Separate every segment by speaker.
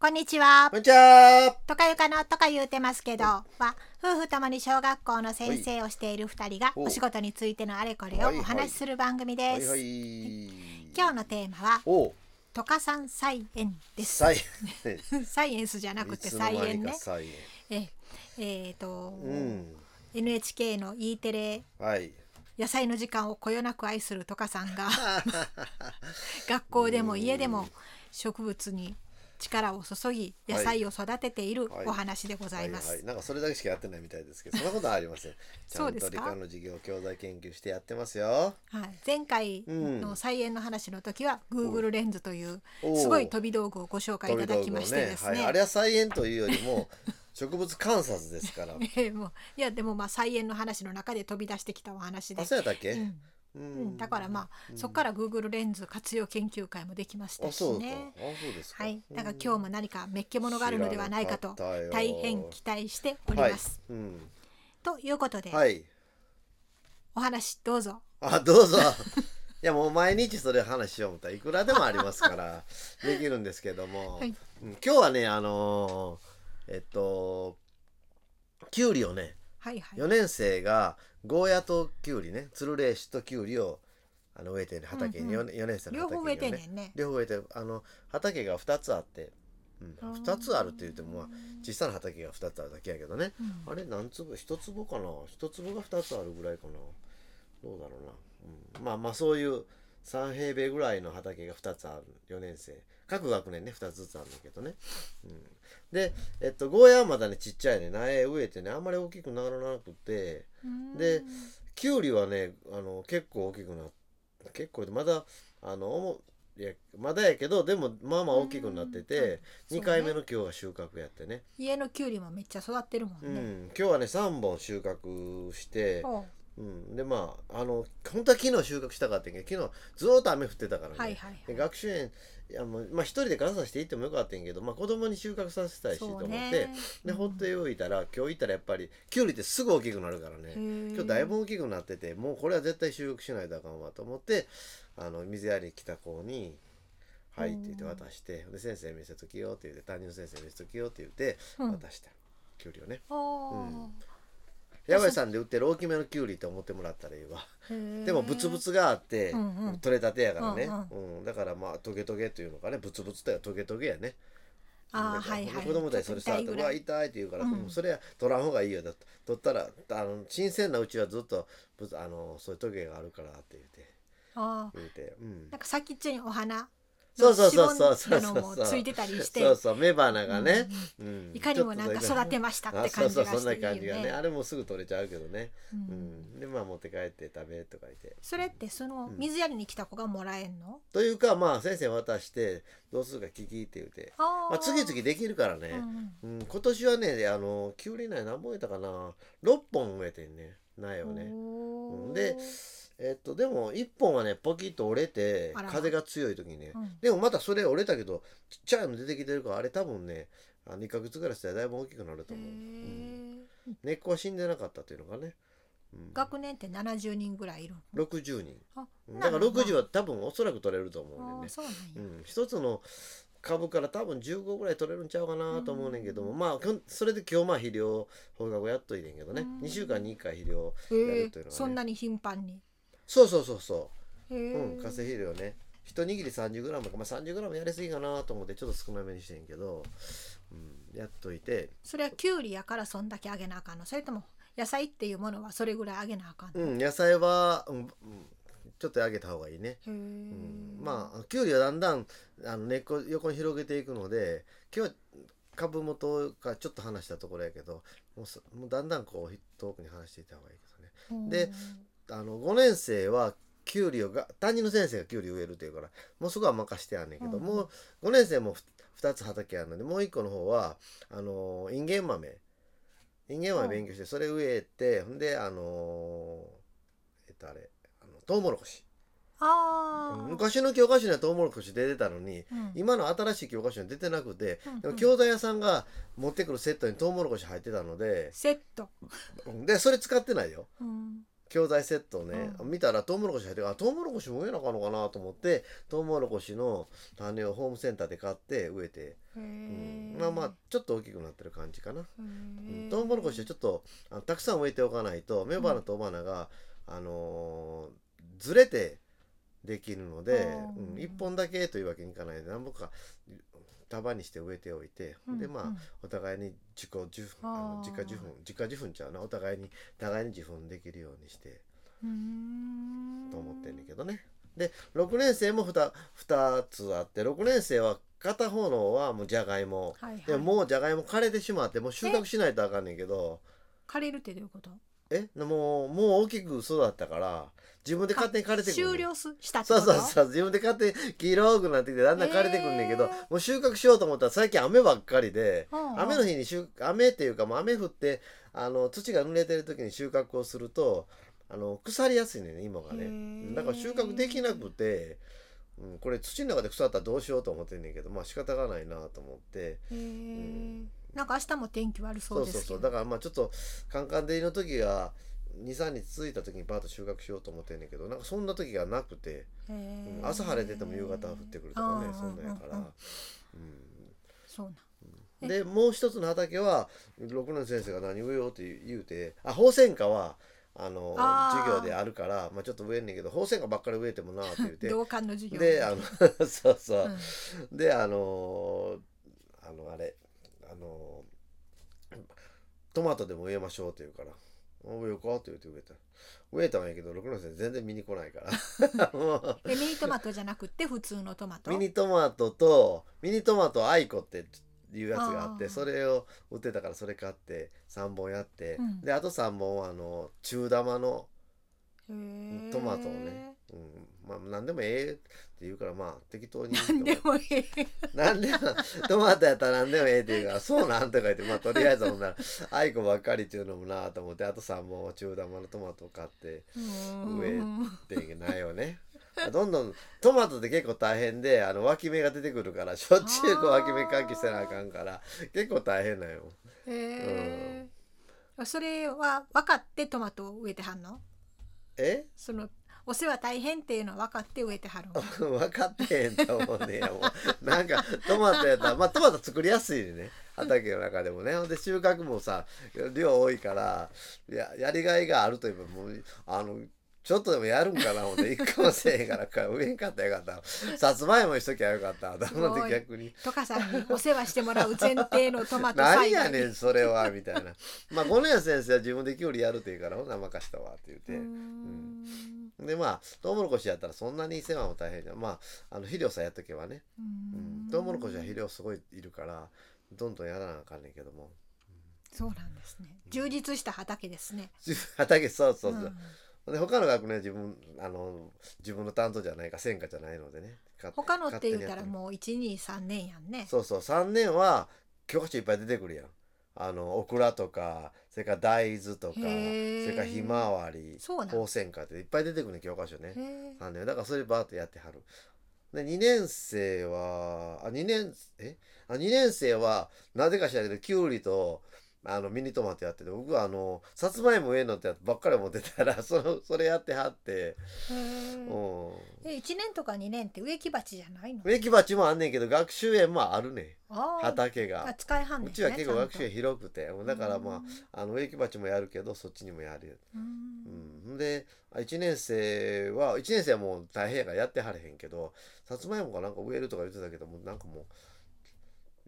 Speaker 1: こんにちは
Speaker 2: こ。んにちは。
Speaker 1: とかゆかのとか言うてますけど、は夫婦ともに小学校の先生をしている二人が
Speaker 2: お
Speaker 1: お仕事についてのあれこれを
Speaker 2: はいはい
Speaker 1: お話しする番組
Speaker 2: は
Speaker 1: で
Speaker 2: いは
Speaker 1: す。
Speaker 2: い。
Speaker 1: 今日のテーマは
Speaker 2: おう、
Speaker 1: トカさんサイエンです。
Speaker 2: サイ。
Speaker 1: サイエンスじゃなくて
Speaker 2: いつの
Speaker 1: サイエ
Speaker 2: 間
Speaker 1: ン
Speaker 2: にか
Speaker 1: ね。
Speaker 2: サイエ
Speaker 1: ええーと、
Speaker 2: ン。うん。
Speaker 1: NHK の E テレ
Speaker 2: はい。
Speaker 1: 野菜の時間をこよなく愛するトカさん が学校でも家でも植物に力を注ぎ野菜を育てている
Speaker 2: はい
Speaker 1: お話でござ
Speaker 2: はいい
Speaker 1: ま
Speaker 2: はい。
Speaker 1: す。
Speaker 2: なんかそれだけしかやってないみたいですけど、そんなことはありません。ちゃ
Speaker 1: そうんです
Speaker 2: と
Speaker 1: か
Speaker 2: 理科の授業、教材研究してやってますよ。
Speaker 1: はい、前回
Speaker 2: う
Speaker 1: の
Speaker 2: ん
Speaker 1: 菜園の話の時は Google レンズという
Speaker 2: おー
Speaker 1: すごい飛び道具をご紹介いただきましてです
Speaker 2: 飛び道具をはい。あ
Speaker 1: ね
Speaker 2: れ。は菜園というよりも 植物観察で すから。
Speaker 1: ええもういやでもまあ菜園の話の中で飛び出してきたお話で
Speaker 2: あ、、そうやったっけ？
Speaker 1: うん
Speaker 2: う
Speaker 1: うん、だからまあ、
Speaker 2: うん
Speaker 1: そこから Google レンズ活用研究会もできまし
Speaker 2: あ、
Speaker 1: たし
Speaker 2: そうか。あ、
Speaker 1: ね。
Speaker 2: そうですか。
Speaker 1: はい、だから
Speaker 2: 日
Speaker 1: 今日も何かメッケものがあるのではないかと大変期待しております。。
Speaker 2: はい。うん。
Speaker 1: ということで、
Speaker 2: はい。
Speaker 1: お話どうぞ。
Speaker 2: あど うぞいやもう毎日それ話しよう思ったらいくらでもありますから できるんですけども、
Speaker 1: はい
Speaker 2: うん今日はねあのーえっときゅうりをね
Speaker 1: はいはい。
Speaker 2: 4年生がゴーヤときゅうりねつるれしときゅうりをあの植えてる畑に、
Speaker 1: うん
Speaker 2: 四
Speaker 1: うん
Speaker 2: 4年生の
Speaker 1: 両
Speaker 2: 畑に、
Speaker 1: 方植
Speaker 2: ね、
Speaker 1: えてんねんね。
Speaker 2: 両方植えてるあの畑が2つあって、うん、
Speaker 1: あー
Speaker 2: 2つあるって言っても、まあ、小さな畑が2つあるだけやけどね、
Speaker 1: うん
Speaker 2: あれ何粒一粒かな一粒が二つあるぐらいかなどうだろうな、うん、まあまあそういう3平米ぐらいの畑が2つある4年生各学年ね2つずつあるんだけどね、うん、で、えっと、ゴーヤはまだねちっちゃいね苗植えてねあんまり大きくならなくてでキュウリはねあの結構大きくな結構まだあのおもいやまだやけどでもまあまあ大きくなって
Speaker 1: うんうん
Speaker 2: て、
Speaker 1: そうね
Speaker 2: 2回目の今日が収穫やってね
Speaker 1: 家のきゅうりもめっちゃ育ってるも
Speaker 2: うん
Speaker 1: ね。
Speaker 2: ん、今日はね3本収穫して、
Speaker 1: おう
Speaker 2: うん、でまああの本当は昨日収穫したかったんやけど昨日ずーっと雨降ってたからね、
Speaker 1: はいはいはい
Speaker 2: で学習園いやもうまあ、一人で傘さして行ってもよかったんやけど、まあ、子供に収穫させたいしと
Speaker 1: そ
Speaker 2: 思っ
Speaker 1: う
Speaker 2: て、
Speaker 1: ね。
Speaker 2: でほっと
Speaker 1: よ。
Speaker 2: よいたら今日行ったらやっぱりきゅうりってすぐ大きくなるからね今
Speaker 1: 今
Speaker 2: 日だいぶ大きくなっててもうこれは絶対収穫しないとあかんわと思ってあの水やりに来た子に「はい」って言って渡してで先生見せときよって言って担任の先生見せときよって言って
Speaker 1: うん
Speaker 2: 渡した、きゅうりをね
Speaker 1: お
Speaker 2: うん八百屋さんで売ってる大きめのきゅうりって思ってもらったらいいわ。
Speaker 1: ー
Speaker 2: でもブツブ。ツがあって、
Speaker 1: うんうん
Speaker 2: 取れたてやからね、
Speaker 1: う
Speaker 2: うんだからまあトゲトゲというのかねブツブツというかトゲトゲやね
Speaker 1: ああ
Speaker 2: だから
Speaker 1: はいはい。
Speaker 2: 子供たちそれ触っ
Speaker 1: ち
Speaker 2: て
Speaker 1: ょっ
Speaker 2: 「う
Speaker 1: と痛いぐら
Speaker 2: わ
Speaker 1: い
Speaker 2: 痛い」って言うから、
Speaker 1: うん
Speaker 2: もうそれは取らん方がいいよだって取ったらあの新鮮なうちはずっとブツあのそういうトゲがあるからって言って
Speaker 1: ああ
Speaker 2: 言うて、うん
Speaker 1: なん、か先っちょにお花。
Speaker 2: そうそうそうそう
Speaker 1: しぼんだのもついてたりして
Speaker 2: そうそう芽花がね、うん
Speaker 1: いかにもなんか育てましたって感じ
Speaker 2: あそう
Speaker 1: が
Speaker 2: そう
Speaker 1: し
Speaker 2: そんな
Speaker 1: て
Speaker 2: 感
Speaker 1: いい
Speaker 2: じ
Speaker 1: よ
Speaker 2: がね
Speaker 1: ね。
Speaker 2: あれもすぐ取れちゃうけどね、
Speaker 1: う
Speaker 2: うん
Speaker 1: ん
Speaker 2: でまあ持って帰って食べとか言って
Speaker 1: それってその
Speaker 2: うん
Speaker 1: 水やりに来た子がもらえんの？
Speaker 2: というかまあ先生に渡してどうするか聞きって言うて
Speaker 1: あー
Speaker 2: まあ、次々できるから
Speaker 1: うんう
Speaker 2: ね、
Speaker 1: ん
Speaker 2: うん今年はねあのきゅうり苗何本植えたかな6本植えてんね苗をね
Speaker 1: おー
Speaker 2: でえっとでも1本はねポキッと折れて
Speaker 1: あら
Speaker 2: 風が強い時にね、
Speaker 1: うん
Speaker 2: でもまたそれ折れたけどちっちゃいの出てきてるからあれ多分ねあの1ヶ月ぐらいしたらだいぶ大きくなると思う、
Speaker 1: へ
Speaker 2: うん
Speaker 1: ー
Speaker 2: 根っこは死んでなかったというのがね、うん、
Speaker 1: 学年って70人ぐらいいるの
Speaker 2: 60人
Speaker 1: あ
Speaker 2: だから
Speaker 1: なるほど
Speaker 2: 60は多分おそらく取れると思うんで
Speaker 1: あ
Speaker 2: ね
Speaker 1: ーそうなんや、
Speaker 2: うん、一つの株から多分15ぐらい取れるんちゃうかなと思うねんけども、まあきょそれで今日まあ肥料放課後やっといてんけどね、
Speaker 1: うん
Speaker 2: 2週間に1回肥料や
Speaker 1: へ
Speaker 2: る
Speaker 1: え
Speaker 2: というのはね
Speaker 1: そんなに頻繁に
Speaker 2: そうそうそうそ
Speaker 1: へ
Speaker 2: う、
Speaker 1: え、
Speaker 2: うん化成肥料ね一握り 30g か、まあ、30g やりすぎかなと思ってちょっと少なめにしてんけど、うん、やっといて
Speaker 1: それはキュウリやからそんだけあげなあかんのそれとも野菜っていうものはそれぐらいあげなあかんの、
Speaker 2: うん野菜は、うんうん、ちょっとあげた方がいいね
Speaker 1: へえ、
Speaker 2: うんまあきゅうりはだんだんあの根っこ横に広げていくので今日株元からちょっと話したところやけどもうそもうだんだんこう遠くに話していった方がいいですね。
Speaker 1: うん
Speaker 2: であの5年生はきゅうりをが担任の先生がきゅうり植えるっていうからもうそこは任してあんねんけど、
Speaker 1: うん
Speaker 2: もう5年生もふ2つ畑あるのでもう1個の方はあのーインゲン豆インゲン豆勉強してそれ植えてほんであのーえっとあれあのトウモロコシ
Speaker 1: ああ、
Speaker 2: 昔の教科書にはトウモロコシ出てたの
Speaker 1: う
Speaker 2: に
Speaker 1: ん
Speaker 2: 今の新しい教科書には出てなくて
Speaker 1: うんうん
Speaker 2: でも教材屋さんが持ってくるセットにトウモロコシ入ってたので
Speaker 1: セット、
Speaker 2: でそれ使ってないよ
Speaker 1: うん
Speaker 2: 教材セットをね、見たらトウモロコシ入ってるあトウモロコシも植えなあかんのかなと思ってトウモロコシの種をホームセンターで買って植えて、
Speaker 1: へ
Speaker 2: うん
Speaker 1: え
Speaker 2: まあまあちょっと大きくなってる感じかな。うん
Speaker 1: へえ
Speaker 2: トウモロコシはちょっとあのたくさん植えておかないと雌花と雄花が、あのーずれてできるので
Speaker 1: あ、ー
Speaker 2: うん、1本だけというわけにいかないので何本か束にして植えておいて、でまあ、
Speaker 1: うん
Speaker 2: お互いに自己受粉あの
Speaker 1: あー
Speaker 2: 自家受粉自家受粉ちゃうなお互いに互いに受粉できるようにして
Speaker 1: うん
Speaker 2: と思ってんねんけどね。で6年生も 2, 二つあって6年生は片方の方はもうじゃがいも。
Speaker 1: はいはい
Speaker 2: でももうじゃがいも枯れてしまってもう収穫しないとあかんねんけど。
Speaker 1: 枯れるってどういうこと
Speaker 2: えもうもう大きく育ったから自分で勝手に枯れてくる
Speaker 1: 終了すしたって
Speaker 2: そ
Speaker 1: こ
Speaker 2: う
Speaker 1: と
Speaker 2: そうそう自分で勝手に黄色くなってきてだんだん枯れてくんねんけ
Speaker 1: へ
Speaker 2: ど、
Speaker 1: ー
Speaker 2: もう収穫しようと思ったら最近雨ばっかりで、
Speaker 1: うんうん
Speaker 2: 雨の日に収雨っていうかもう雨降ってあの土が濡れてる時に収穫をするとあの腐りやすいねんね芋が
Speaker 1: へ
Speaker 2: ね
Speaker 1: ー
Speaker 2: だから収穫できなくて、うん、これ土の中で腐ったらどうしようと思ってんねんけどまあ仕方がないなと思って。
Speaker 1: へえなんか明日も天気悪そ
Speaker 2: そうう
Speaker 1: で
Speaker 2: そう
Speaker 1: すけ
Speaker 2: そう
Speaker 1: ど
Speaker 2: だからまあちょっとカンカン照りの時が23日続いた時にバーッと収穫しようと思ってんねんけどなんかそんな時がなくて、うん
Speaker 1: へえ
Speaker 2: 朝晴れてても夕方降ってくるとかね
Speaker 1: あー
Speaker 2: そんなんやか
Speaker 1: う
Speaker 2: ら
Speaker 1: ん、そうなん
Speaker 2: うん、
Speaker 1: え
Speaker 2: でもう一つの畑は六年先生が何植えようって言うてあホウセンカはあの
Speaker 1: あー
Speaker 2: 授業であるから、まあ、ちょっと植えんねんけどホウセンカばっかり植えてもなって言う て
Speaker 1: 同感の授業
Speaker 2: であの そうそう、
Speaker 1: うん
Speaker 2: であのーあのあれあのートマトでも植えましょうって言うから「あ植えようか」って言って植えた植えたんやけど6年生全然見に来ないから もう
Speaker 1: でミニトマトじゃなくて普通のトマト
Speaker 2: ミニトマトとミニトマトアイコっていうやつがあっ
Speaker 1: あ
Speaker 2: て
Speaker 1: ー
Speaker 2: それを売ってたからそれ買って3本やって、
Speaker 1: うん
Speaker 2: であと3本はあの中玉の
Speaker 1: へえ
Speaker 2: トマトをね、うん、まあ何でもええって言うからまあ適当に
Speaker 1: なんでもいい
Speaker 2: なんでもトマトやったら何でもええって言うから「そうなん?」とか言ってまあとりあえずほんならあいこばっかりっていうのもなと思ってあと3本は中玉のトマトを買って
Speaker 1: 上
Speaker 2: っていうないよね。どんどんトマトって結構大変であの脇芽が出てくるからしょっちゅうこう
Speaker 1: あー
Speaker 2: 脇芽換気してなあかんから結構大変なんよ。
Speaker 1: へえそれは分かってトマトを植えてはんの
Speaker 2: え
Speaker 1: そのお世話大変っていうのは分かって植えてはるの
Speaker 2: 分かってへんと思うねんやもうなんかトマトやったらまあトマト作りやすいね畑の中でもねほんで収穫もさ量多いからややりがいがあるといえばもうあのちょっとでもやるんかなほんで一個もせえへんから これ植えんかったらよかったさつまいもしときゃよかったと思っ
Speaker 1: すご
Speaker 2: て
Speaker 1: い
Speaker 2: 逆に
Speaker 1: トカさんにお世話してもらう前提のトマト
Speaker 2: 何
Speaker 1: 栽
Speaker 2: や
Speaker 1: 培
Speaker 2: ねんそれはみたいなまあ五年先生は自分でキュウリやるって言うからほんなら任したわって
Speaker 1: うー
Speaker 2: 言って。
Speaker 1: ん
Speaker 2: でまあトウモロコシやったらそんなに世話も大変じゃんまああの肥料さえやっとけばね、うん、トウモロコシは肥料すごいいるからどんどんやらなあかんねんけども
Speaker 1: そうなんですね充実した畑ですね、
Speaker 2: 畑そうそうそううんで他の学年は自分あの自分の担当じゃないか専科じゃないのでね勝
Speaker 1: 他のって言った
Speaker 2: 勝手にや
Speaker 1: ら
Speaker 2: ってる
Speaker 1: もう123年やんね
Speaker 2: そうそう3年は教科書いっぱい出てくるやんあのオクラとかそれから大豆とかそ
Speaker 1: へー
Speaker 2: れからひまわり
Speaker 1: そうなん
Speaker 2: ホウセンカっていっぱい出てくるね教科書ね
Speaker 1: へえ
Speaker 2: 3年だからそれバーッとやってはるで2年生はあ2年えあ2年生はなぜか知らんけどきゅうりとあのミニトマトやってて僕はあのさつまいも植えんのってやつばっかり思ってたら そのそれやってはって
Speaker 1: へ
Speaker 2: う
Speaker 1: え
Speaker 2: ん
Speaker 1: え1年とか2年って植木鉢じゃないの
Speaker 2: 植木鉢もあんねんけど学習園もあるね
Speaker 1: あ
Speaker 2: ん
Speaker 1: あ
Speaker 2: 畑が
Speaker 1: あ使いはんねん
Speaker 2: う
Speaker 1: ね
Speaker 2: ちは結構学習
Speaker 1: ち
Speaker 2: 広くて
Speaker 1: ゃんと
Speaker 2: だからまああの植木鉢もやるけどそっちにもやる、
Speaker 1: うん
Speaker 2: うん、で1年生は1年生はもう大変やからやってはれへんけどさつまいもかなんか植えるとか言ってたけどもうなんかも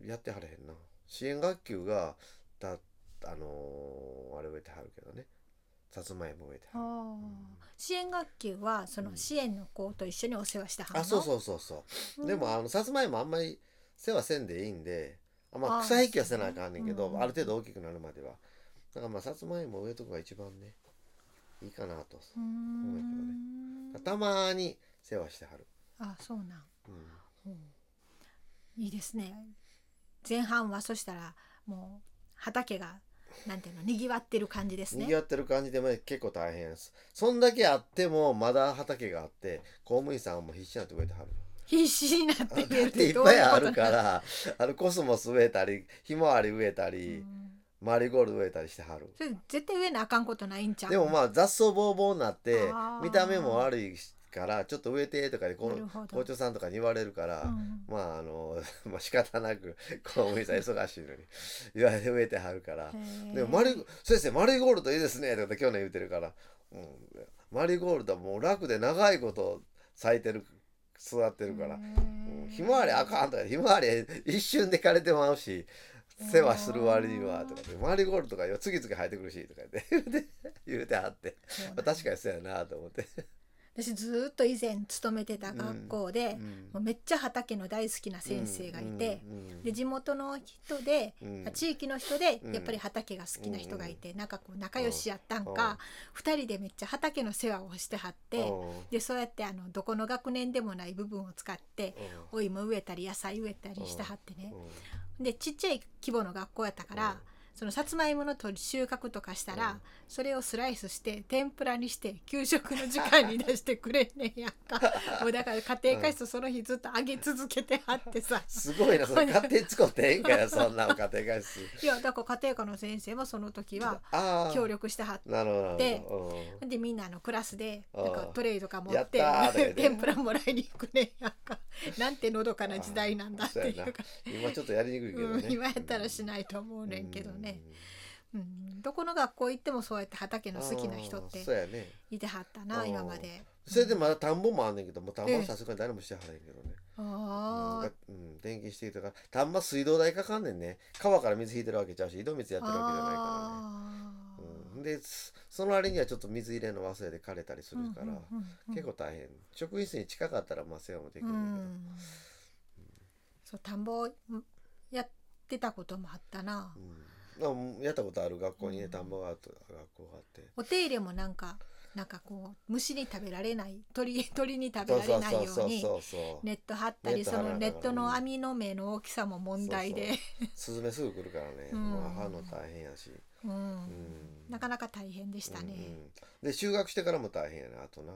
Speaker 2: うやってはれへんな支援学級がだあのーあれ植えてはるけどねさつまいも植えて
Speaker 1: あ
Speaker 2: はる
Speaker 1: ー支援学級はその支援の子と一緒にお世話してはんの、
Speaker 2: あそう
Speaker 1: う
Speaker 2: そうそうそう
Speaker 1: うん
Speaker 2: でもあのさつまいもあんまり世話せんでいいんで、あまあ、
Speaker 1: あー
Speaker 2: 草引きはせなあかんねんけ
Speaker 1: そ
Speaker 2: ど、
Speaker 1: うねうん
Speaker 2: ある程度大きくなるまではだからまあさつまいも植えとくが一番ねいいかなと
Speaker 1: うーん
Speaker 2: たまに世話してはる、
Speaker 1: あそうなん
Speaker 2: うん
Speaker 1: いいですね前半はそしたらもう畑がなんていうのにぎわってる感じです
Speaker 2: 賑
Speaker 1: ね
Speaker 2: わってる感じでも結構大変ですそんだけあってもまだ畑があって公務員さんはもう必死になって植えては る
Speaker 1: 必死になって
Speaker 2: だっ
Speaker 1: 植え
Speaker 2: ていっ
Speaker 1: どう
Speaker 2: ぱいう
Speaker 1: こ
Speaker 2: あ
Speaker 1: と
Speaker 2: るからあのコスモス植えたりひまわり植えたり、
Speaker 1: うん
Speaker 2: マリーゴールド植えたりしてはる
Speaker 1: それ絶対植えなあかんことないんちゃう
Speaker 2: でもまあ雑草ぼうぼうになって
Speaker 1: あー
Speaker 2: 見た目も悪いからちょっと植えてとかでこ
Speaker 1: なるほ
Speaker 2: う
Speaker 1: ど
Speaker 2: 校長さんとかに言われるから、
Speaker 1: うん
Speaker 2: まああの まあ仕方なくこのお兄さん忙しいのに言われて植えてはるから
Speaker 1: へー
Speaker 2: でもマリー先生マリーゴールドいいですねとか去年言ってるから、うん、マリーゴールドはもう楽で長いこと咲いてる育ってるから
Speaker 1: へ、
Speaker 2: うん
Speaker 1: ー
Speaker 2: ひまわりあかんとかひまわり一瞬で枯れてまうし世話する割にはとかでマリーゴールドとかよ次々生えてくるしとかって 言うて言うてはって
Speaker 1: そうなん
Speaker 2: まあ確かにそうやなと思って、
Speaker 1: 私ずーっと以前勤めてた学校で、もうめっちゃ畑の大好きな先生がいて、
Speaker 2: うんうん
Speaker 1: で地元の人で、
Speaker 2: うん
Speaker 1: 地域の人で
Speaker 2: うん
Speaker 1: やっぱり畑が好きな人がいて、なんかこう仲良しやったんか、2人でめっちゃ畑の世話をしてはって、
Speaker 2: うん
Speaker 1: でそうやってあのどこの学年でもない部分を使って、
Speaker 2: う
Speaker 1: お芋植えたり野菜植えたりしてはってね
Speaker 2: ん、うん
Speaker 1: でちっちゃい規模の学校やったから、
Speaker 2: うん
Speaker 1: そのさつまいもの取り収穫とかしたら、
Speaker 2: うん
Speaker 1: それをスライスして天ぷらにして給食の時間に出してくれんねんやん かもうだから家庭科室その日ずっと揚げ続けてはってさ
Speaker 2: すごいなそれ勝手に使ってええんかよそんなの家庭 科室
Speaker 1: いやだから家庭科の先生もその時は
Speaker 2: あー
Speaker 1: 協力してはって。
Speaker 2: なるほどなる
Speaker 1: で
Speaker 2: ほど
Speaker 1: でみんなあのクラスで
Speaker 2: あー
Speaker 1: なんかトレイとか持
Speaker 2: や
Speaker 1: っ
Speaker 2: ってたーとか言って
Speaker 1: 天ぷらもらいに行くねんやんかなんてのどか
Speaker 2: うん
Speaker 1: な時代なんだっていうか
Speaker 2: あーそやな今ちょっとやりにくいけど
Speaker 1: う
Speaker 2: ね、
Speaker 1: ん、今やったらしないと思うねんけどね、うん、どこの学校行ってもそうやって畑
Speaker 2: うん
Speaker 1: の好きな人っ
Speaker 2: あー
Speaker 1: て
Speaker 2: そうやね
Speaker 1: いてはったな
Speaker 2: うん
Speaker 1: 今まで
Speaker 2: それでまだ田んぼもあんねんけどもう田んぼ
Speaker 1: え
Speaker 2: は
Speaker 1: え
Speaker 2: さすがに誰もしてはらへんけどね、
Speaker 1: あ
Speaker 2: う
Speaker 1: ー
Speaker 2: んうん、電気してきたから田んぼは水道代かかんねんね川から水引いてるわけちゃうし井戸水やってるわけじゃないか
Speaker 1: あ
Speaker 2: らね、
Speaker 1: ー
Speaker 2: うん、ですその割にはちょっと水入れるの忘れて枯れたりするか
Speaker 1: う
Speaker 2: ら、
Speaker 1: んうんうん
Speaker 2: 結構大変職員室に近かったらまあ世話もでき
Speaker 1: う
Speaker 2: るんだけど、
Speaker 1: んそう田んぼやってたこともあったな
Speaker 2: うんやったことある学校にね、
Speaker 1: うん
Speaker 2: 田んぼがあった学校があって
Speaker 1: お手入れもなんかなんかこう虫に食べられない鳥鳥に食べられないように
Speaker 2: そうそうそう
Speaker 1: ネット張ったり
Speaker 2: ネット
Speaker 1: そ
Speaker 2: 張らな
Speaker 1: の
Speaker 2: あかん
Speaker 1: ネットの網の目の大きさも問題で
Speaker 2: スズメすぐ来るからね、
Speaker 1: うん
Speaker 2: まあ、歯の大変やし、
Speaker 1: う
Speaker 2: うん
Speaker 1: んなかなか大変でしたね、
Speaker 2: うんうんで修学してからも大変やなあとな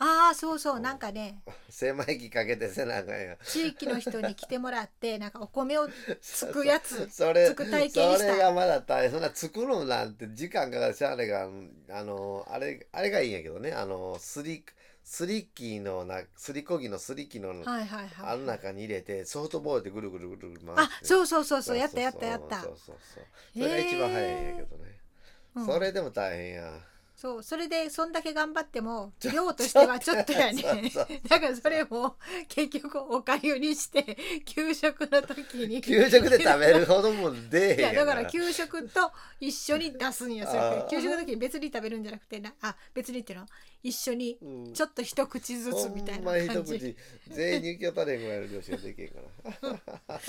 Speaker 1: ああそうそううんなんかね
Speaker 2: 精米機かけてせなあかんや
Speaker 1: 地域の人に来てもら ってなんかお米をつくやつ
Speaker 2: それ
Speaker 1: つく体験した
Speaker 2: それがまだ大変そんな作るのなんて時間かかるしあれがあのあれあれがいいんやけどねあのすりすり機のなすりこぎのすり機の、
Speaker 1: はいはいは
Speaker 2: あの
Speaker 1: い
Speaker 2: 中に入れてソフトボールでぐるぐるぐるぐる回
Speaker 1: あ
Speaker 2: して
Speaker 1: そうそうそうそうやったやったやっ
Speaker 2: そう
Speaker 1: た
Speaker 2: そうそうそれが一番早いんやけどね、
Speaker 1: うん
Speaker 2: それでも大変や
Speaker 1: そうそれでそんだけ頑張っても量としてはちょっとやね
Speaker 2: そうそう
Speaker 1: だからそれも結局おかゆにして給食の時に
Speaker 2: 給食で食べるほども出
Speaker 1: い
Speaker 2: えへ
Speaker 1: や
Speaker 2: んや
Speaker 1: だ
Speaker 2: ん
Speaker 1: から給食と一緒に出すんやそれ
Speaker 2: あー
Speaker 1: 給食の時に別に食べるんじゃなくてなあ別にっていうの一緒に
Speaker 2: うん
Speaker 1: ちょっと一口ずつみたいな
Speaker 2: ほ
Speaker 1: 感
Speaker 2: んま
Speaker 1: じ
Speaker 2: 一口全員に行き渡れんぐらいの量しかできへん から
Speaker 1: あっ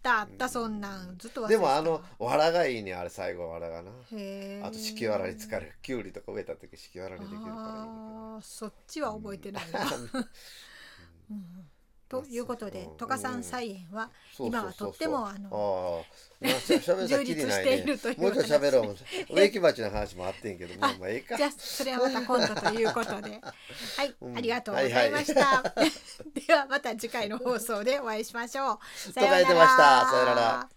Speaker 1: たあったそんなんずっと忘れ
Speaker 2: で
Speaker 1: てた
Speaker 2: も
Speaker 1: わ
Speaker 2: あのわらがいいねあれ最後わらがな
Speaker 1: へー
Speaker 2: あと敷きわらに使えるきゅうりとか植えた時敷きわらにできるからいいね
Speaker 1: あーそっちは覚えてないな、
Speaker 2: んだけど
Speaker 1: うんうんということで
Speaker 2: うん
Speaker 1: 「トカさん菜園」は
Speaker 2: そうそうそうそう
Speaker 1: 今はとってもあ
Speaker 2: のあーまあしゃしゃべっ
Speaker 1: 充
Speaker 2: たらきり
Speaker 1: 実
Speaker 2: な
Speaker 1: し
Speaker 2: い
Speaker 1: て
Speaker 2: ね
Speaker 1: いるという
Speaker 2: もうちょっ
Speaker 1: 話
Speaker 2: と喋ろう。植木鉢の話もあってんけど、まあまあええか
Speaker 1: じ。ゃあそれはまた今度ということ ではい、
Speaker 2: うん
Speaker 1: ありがとうございました、 ではまた次回の放送でお会いしましょうさ
Speaker 2: と書いてましたさようなら